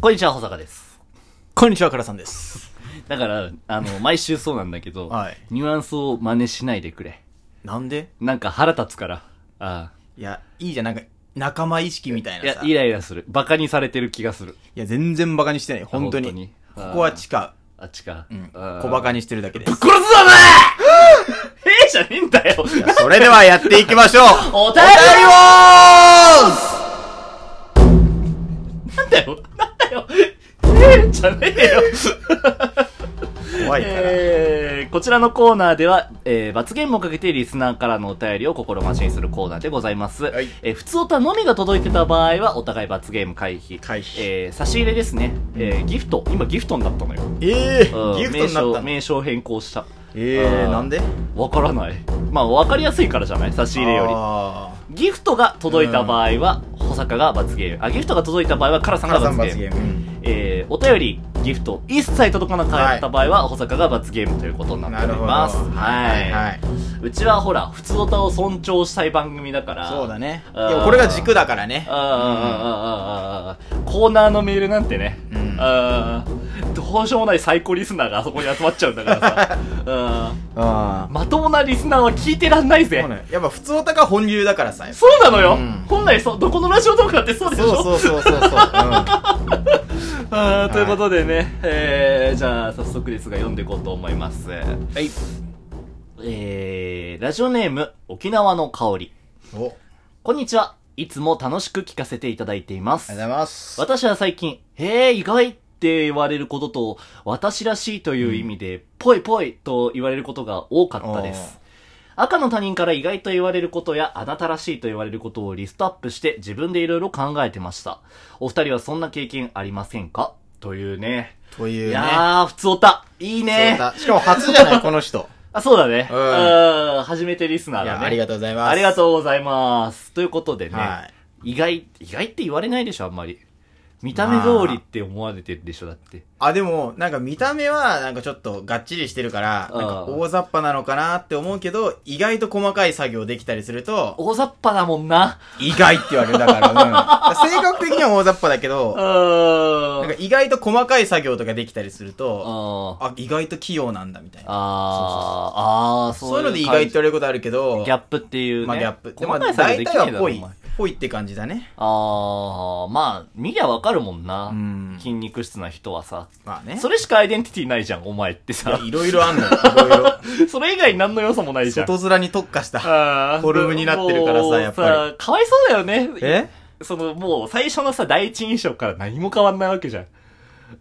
こんにちは、保坂です。こんにちは、からさんです。だから、あ の、毎週そうなんだけど、はいニュアンスを真似しないでくれ。なんでなんか腹立つから。あいや、いいじゃん、なんか、仲間意識みたあ。いいなさや、。イライラする。馬鹿にされてる気がする。いや、全然バカにしてない。本当に。本当こにこは誓う。あっちか。うん。あー小バカにしてるだけです。殺すぞ、お前 ええじゃねえんだよ。それではやっていきましょうお便 りをなんだよ。なんだよ。ええじゃねえよ。 怖いから。えーこちらのコーナーでは、えー罰ゲームをかけてリスナーからのお便りを心待ちにするコーナーでございます。はいえー普通歌のみが届いてた場合は、お互い罰ゲーム回避。回避えー差し入れですね。えーギフト。今ギフトになったのよ。ええうんギフトにな名称ったの名称変更した。うええんなんでわからない。まあ、わかりやすいからじゃない差し入れより。あギフトが届いた場合は、保坂が罰ゲーム。あ、ギフトが届いた場合は、カラさーんがからさん罰ゲーム。罰ゲーム。うんえー、お便り、ギフト、一切届かなかった場合は、保坂が罰ゲームということになっております。はい、はい。うちはほら、普通歌を尊重したい番組だから。そうだね。いあーや、これが軸だからね。あー。あーあーあーあーコーナーのメールなんてね。うんあーどうしようもない最高リスナーがあそこに集まっちゃうんだから さ。うんあまともなリスナーは聞いてらんないぜそう。ねやっぱ普通オタが本流だからさ。そうなのよ、うん本来そう、どこのラジオとかってそうでしょそうそうそうそうそう。うんあーいということでね、えー、じゃあ早速ですが読んでいこうと思います。はい。えー、ラジオネーム、沖縄の香り。お、ありがとうこんにちは。いつも楽しく聞かせていただいていますご。ざいます。私は最近、へえ、意外って言われることと、私らしいという意味で、ぽいぽいと言われることが多かったです。赤の他人から意外と言われることや、あなたらしいと言われることをリストアップして、自分でいろいろ考えてました。お二人はそんな経験ありませんかというね。といういね。やー、普通おた。いいね。そうだしかも初じゃない、こ の人。あ、そうだね。ううんん。初めてリスナーいだや、ね。ありがとうございます。ありがとうございます。ということでね、は意外、意外って言われないでしょ、あんまり。見た目通りって思われてるでしょ、だって。あ、でも、なんか見た目は、なんかちょっとがっちりしてるから、うんなんか大雑把なのかなって思うけど、意外と細かい作業できたりすると、大雑把だもんな。意外って言われる。だから、 うん。性格的には大雑把だけうど、なんーかん。意外と細かい作業とかできたりすると、あーあ、意外と器用なんだみたいな。あー、そういうので意感じ外って言われることあるけど、ギャップっていうね。まあギャップ。でも、細まかあい作業大でき体ないだはろぽおい前、ぽいって感じだね。あー、まあ、見りゃわかるもんな。うん筋肉質な人はさ。まあね。それしかアイデンティティないじゃん、お前っていやさ。いろいろあんのよ、いろいろ。それ以外に何の良さもないじゃん。 外面に特化した。あーフォルムになってるからさもうやっぱさかわいそうだよね。えその、もう、最初のさ、第一印象から何も変わんないわけじゃん。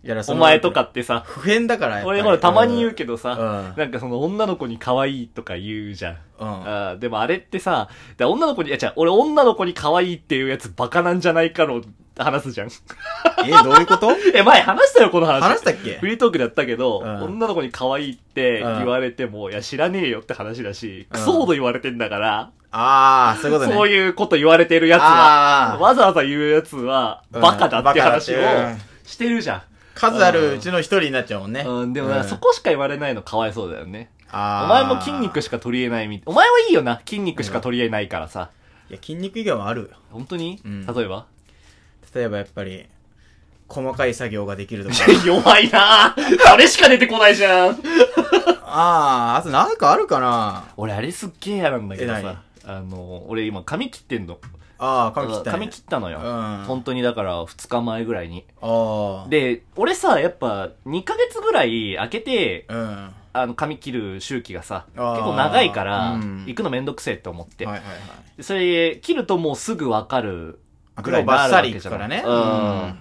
いやお前とか。ってさ、不変だからやっぱり俺ほら、たまに言うけどうさん、なんかその、女の子に可愛いとか言うじゃん。うんあーでもあれってさ、だ女の子に、いや、違う、俺女の子に可愛いっていうやつバカなんじゃないかの話すじゃん。 え、どういうことえ、前話したよ、この話。話したっけフリートークだったけど、うん女の子に可愛いって言われても、いや、知らねえよって話だし、クソほど言われてんだから、ああ、そういうことね。そういういうこと言われてるやつあは、ーわざわざ言うやつは、うんバカだって話をバカだってうんしてるじゃ数あるうちの一人になっちゃうもんね。ん。うん、でもなうんそこしか言われないのかわいそうだよね。あおー前も筋肉しか取り得ないみお前はいいよな、筋肉しか取り得ないからさ。いや、筋肉以外もあるよ。本当に、うん例えば 例えばやっぱり、細かい作業ができる とか。弱いなぁそれしか出てこないじゃんああ、あとなんかあるかな俺あれすっげえ嫌なんだけどえさ。あの、俺今髪切ってんの。ああ、髪切った、ね。髪切ったのよ。うん本当にだから2日前ぐらいに。ああ。、で、俺さ、やっぱ2ヶ月ぐらい空けて、うん。はあの、髪切る周期がさ、結あー構長いから、うん行くのめんどくせえって思っいて。はいはい。それ、切るともうすぐわかるあ、ぐこらいれにバなッるサわリけいくじゃからないね。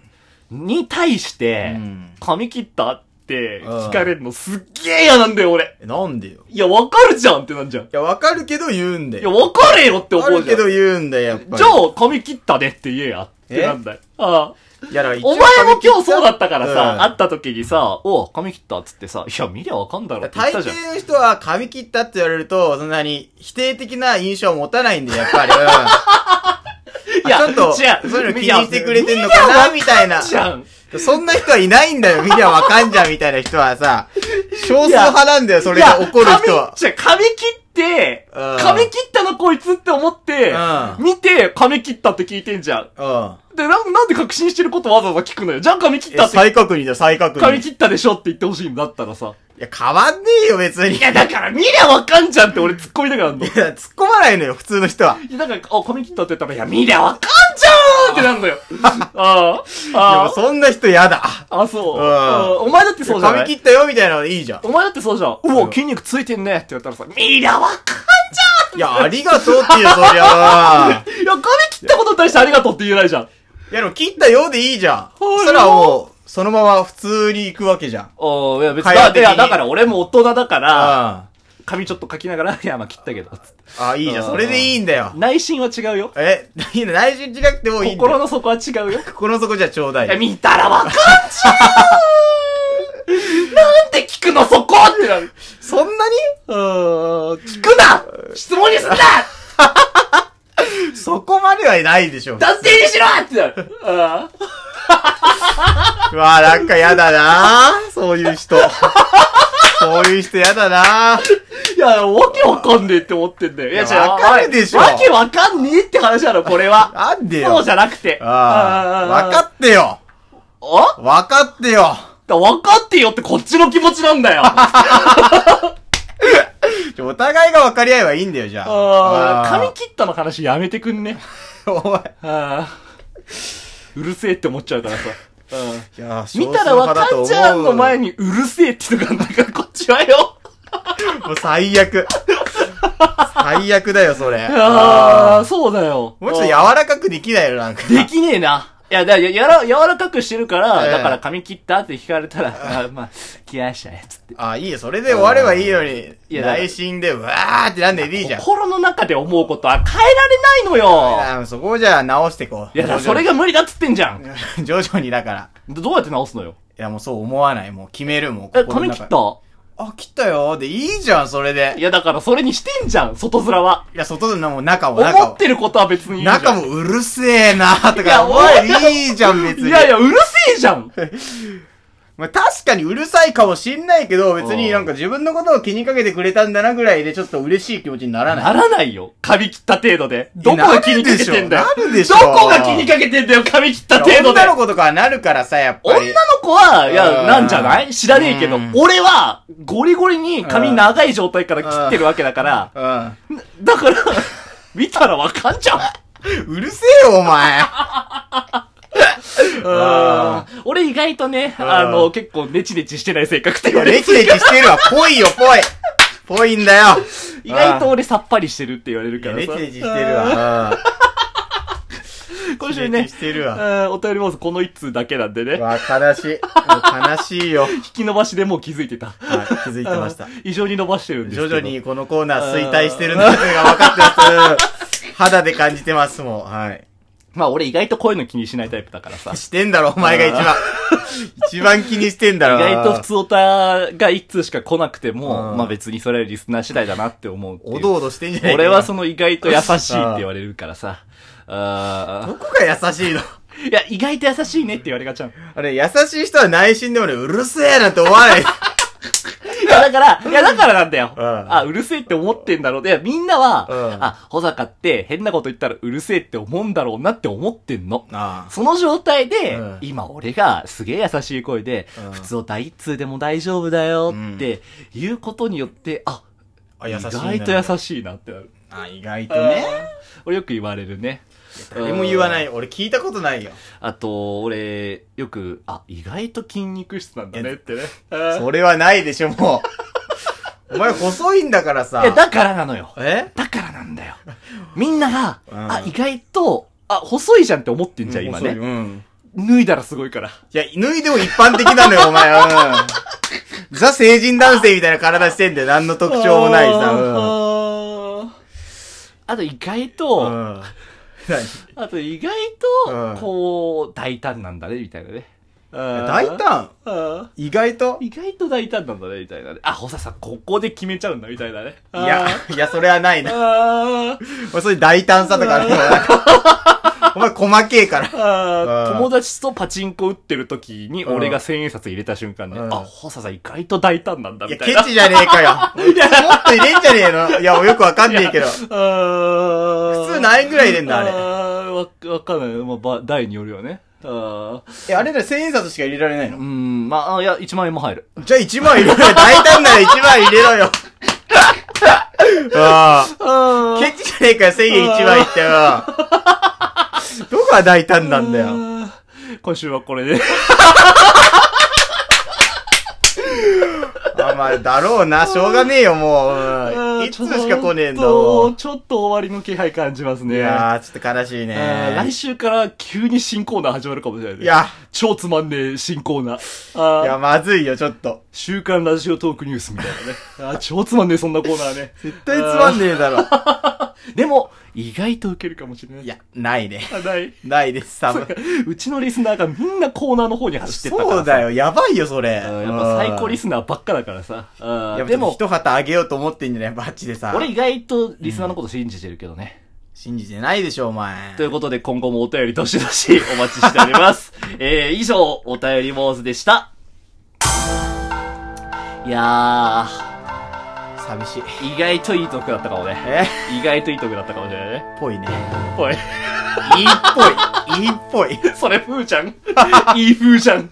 うん。に対して、うん髪切ったってうん聞かれるのすっげえ嫌なんだよ、俺。えなんでよ。いや、わかるじゃんってなんじゃん。いいや、わかるけど言うんだや、よ。わかれよって思わかうるじゃけん。ど言うんだよ、やっぱり。じゃあ、髪切ったねって言えやってなんだよ。ああいやだから一応お前も今日そうだったからうんさ、会った時にさ、おう髪切ったっつってさ、いや、見りゃわかんだろって言っ大たじゃん。抵の人は髪切ったって言われると、そんなに否定的な印象を持たないんで、やっ ぱり。うんいや、あちょっと、違うそういうの気にしてくれてんのかな、みたいな。じゃ ん。そんな人はいないんだよ、見りゃわかんじゃん、みたいな人はさ。少数派なんだよ、それが怒る人は。じゃ、髪切って、うん髪切ったのこいつって思って、うん見て、髪切ったって聞いてんじゃん。うん。で、なんなんで確信してることわざわざ聞くのよ。じゃあ髪切っえたって、再確認だよ、再確認。髪い切ったでしょって言ってほしいんだったらさ。や、変わんねえよ、別に。いいや、だから見りゃわかんじゃんって俺 突っ込みたくなるの。いや、突っ込まないのよ、普通の人は。やだから、あ、髪切ったって言ったら、いや、見りゃわかんじゃんってなる のよ。ああ、であも、あ、そんな人嫌だ。あ、そう。うんあお前だってそうじゃな髪い切ったよ、みたいなのでいいじ ゃん。お前だってそうじゃん。うわ、筋肉ついてんねって言ったらさ、見りゃわかんいや、ありがとうっていう、そり いゃ。や、髪切ったことに対してありがとうって言えないじゃん。いや、でも、切ったようでいいじゃん。ほらそしたらもう、そのまま普通に行くわけじゃん。おいや別会話に。的にいや、だから俺も大人だから、あ髪ちょっとかきながら、い や、まあ切ったけど。つってあ。あ、いいじゃん。うんそれでいいんだよ。内心は違うよ。え、 いいの内心違くてもいいんだ心よ。の底は違うよ。心の底じゃちょうだいいや、 よ。見たらわかんじゃんなんで聞くのそこってなる。そんなうーん、聞くな質問にすんなにそこまではいないでしょ。断定にしろってなる。あーうわあ、なんかやだなそういう 人。そういう人やだないや、わけわかんねえって思ってんだよ。いや、い違やう。わかるでしょわけわかんねえって話なの、これは。なんでそうよ。じゃなくて。ああ、わあかってよ。おわかってよ。だ分かってよってこっちの気持ちなんだよ。あちょお互いが分かり合えばいいんだよ、じゃあ。ーあ髪切ったの話やめてくんね。ーお前。あーうるせえって思っちゃうからさ。いや 見たらわかんじゃんの前に。にうるせえってのがあんだからこっちはよ。もう最悪。最悪だよ、それ。 あああ、そうだよ。ーもうちょっと柔やらかくできないよ、 なんか。できねえな。いや、だややら、柔らかくしてるから、ええだから髪切ったって聞かれたら、あーまあ、気合いしたね、つって。あー、いいよ、それで終わればいいのに。いやだから内心で、わーってなんでいいじゃん。心の中で思うことは変えられないのよ。あーそこをじゃあ直してこう。いや、だからそれ徐が無理だっつってんじゃん。々に。 徐々にだから。どうやって直すのよ。いや、もうそう思わない。もう決める、もう。え、心の髪中切っでたあ、切ったよ。で、いいじゃん、それで。いや、だからそれにしてんじゃん、外面は。いや、外でな、もう中も、思中っも。てることは別に言うじゃ中ん。もうるせえなーといやか、おおい、いいじゃん、別に。いやいや、うるせえじゃ んまあ、確かにうるさいかもしんないけど、別うにんなんか自分のことを気にかけてくれたんだなぐらいで、ちょっと嬉しい気持ちにならない。ならないよ。髪切った程度で。どこが気にかけてんだよ。なるでしどょこが気にかけてんだよ、髪切った程度で。女の子とかはなるからさ、やっぱ女り。の子は、いや、うんなんじゃない知らねえけどうん、俺は、ゴリゴリに髪長い状態から切ってるわけだから、だから、 見たらわかんじゃん。うん。うるせえよ、お前。ん俺意外とね、んあの、結構ネチネチしてない性格ってい言や、われレる。キレキしてるわ。ぽいよ、ぽい。ぽいんだよ。意外と俺さっぱりしてるって言われるいかやらさ。レキレキしてるわ。うん。今レ週キレねキ、してるうわ。んお便りもこの一通だけなんでねう。わ、悲しい。もう悲しいよ。はい、引き伸ばしでもう気づいてた。気づいてました。異常に伸ばしてるんですけ徐ど。々にこのコーナー衰退してるのが分かってます。肌で感じてますもん。はい。まあ俺意外とこういうの気にしないタイプだから さ。意してんだろ、お前が一番。一番気にしてんだろ。外と普通オタが一通しか来なくても、うんまあ別にそれはリスナー次第だなって思うっていうおどおどしてんじゃねえか俺はその意外と優しいって言われるから さ。あどこが優しいのーいや、意外と優しいねって言われがちなの。あれ、優しい人は内心でもね、うるせえなんて思わない。いや、だから、いや、だからなんだよ。うんあ、うるせえって思ってんだろう。いや、みんなは、うんあ、保坂って変なこと言ったらうるせえって思うんだろうなって思ってんの。あその状態で、うん今俺がすげえ優しい声で、うん普通第一通でも大丈夫だよって言うことによって、あ、あ、意優しいな。外と優しいなってなる。あ、意外とね。俺よく言われるね。。誰も言わないい。俺聞いたことないよ。あと、俺、よく、あ、意外と筋肉質なんだねってね。それはないでしょ、もう。お前細いんだからさえ、。だからなのよ。えだからなんだよ。みんなが、うんあ、意外と、あ、細いじゃんって思ってんじゃん、今細いね。うん。脱いだらすごいから。いや、脱いでも一般的なの よ、お前。うん。ザ成人男性みたいな体してんだよ。何の特徴もないさ。うん。あーあと意外うと、ん。あと意外うんと、こう、大胆なんだね、みたいなね。何大大胆意外と意外と大胆なんだね、みたいなね。あ、ほささん、ここで決めちゃうんだ、みたいなね。いや、いや、それはないな。あーあー俺そういう大胆さとかあるよ。 お前細けえから。あうーん友達とパチンコ打ってる時に俺が千円札入れた瞬間ね、うんあ、ホサさん意外と大胆なんだいや、みたケいな。チじゃねえかよ。もっと入れんじゃねえのいや、よくわかんねえけど。普普通何円ぐらい入れんだ、あれ。あれ。わわかんない。まあば、台によるよね。あーえ、あれだ、千円札しか入れられないうのん、まあ、あいや、1万円も入る。じゃあ1万入れろよ。大胆なら1万入れ ろよ。ああ。ケチじゃねえかよ、1000円1万いってよ。どこが大胆なんだよ。あー今週はこれで。あ、まあ、だろうな。しょうがねえよ、もううん。いつしか来ねえんだもん。ちょっと終わりの気配感じますいね。やー、ちょっと悲しいあー来ね。週から急に新コーナー始まるかもしれないね。いや、超つまんねえ新コーナー。あいーや、まずいよ、ちょっと。週刊ラジオトークニュースみたいなね。あー超つまんねえ、そんなコーナー ね。絶対つまんねえだろ。でも、意外と受けるかもしれない。いや、ないね。あ、ない。ないです、多分。うちのリスナーがみんなコーナーの方に走ってったからさそうだ。よ、やばいよ、それ。あーやっぱ最高リススナーばっかだからさ。あやーっぱででも、も、一旗あげようと思ってんじゃないバッチでさ。俺意外とリスナーのこと信じてるけどね。信じてないでしょ、お前とい。うことで今後もお便りどしどしお待ちしております。えー、以上、お便り坊主でした。いや寂しい。ー、意外といいトークだったかもね。え意外といいトークだったかもしれないね。ぽいね。おい、いいっぽい。いいっぽい。それ風じゃん。いい風じゃん。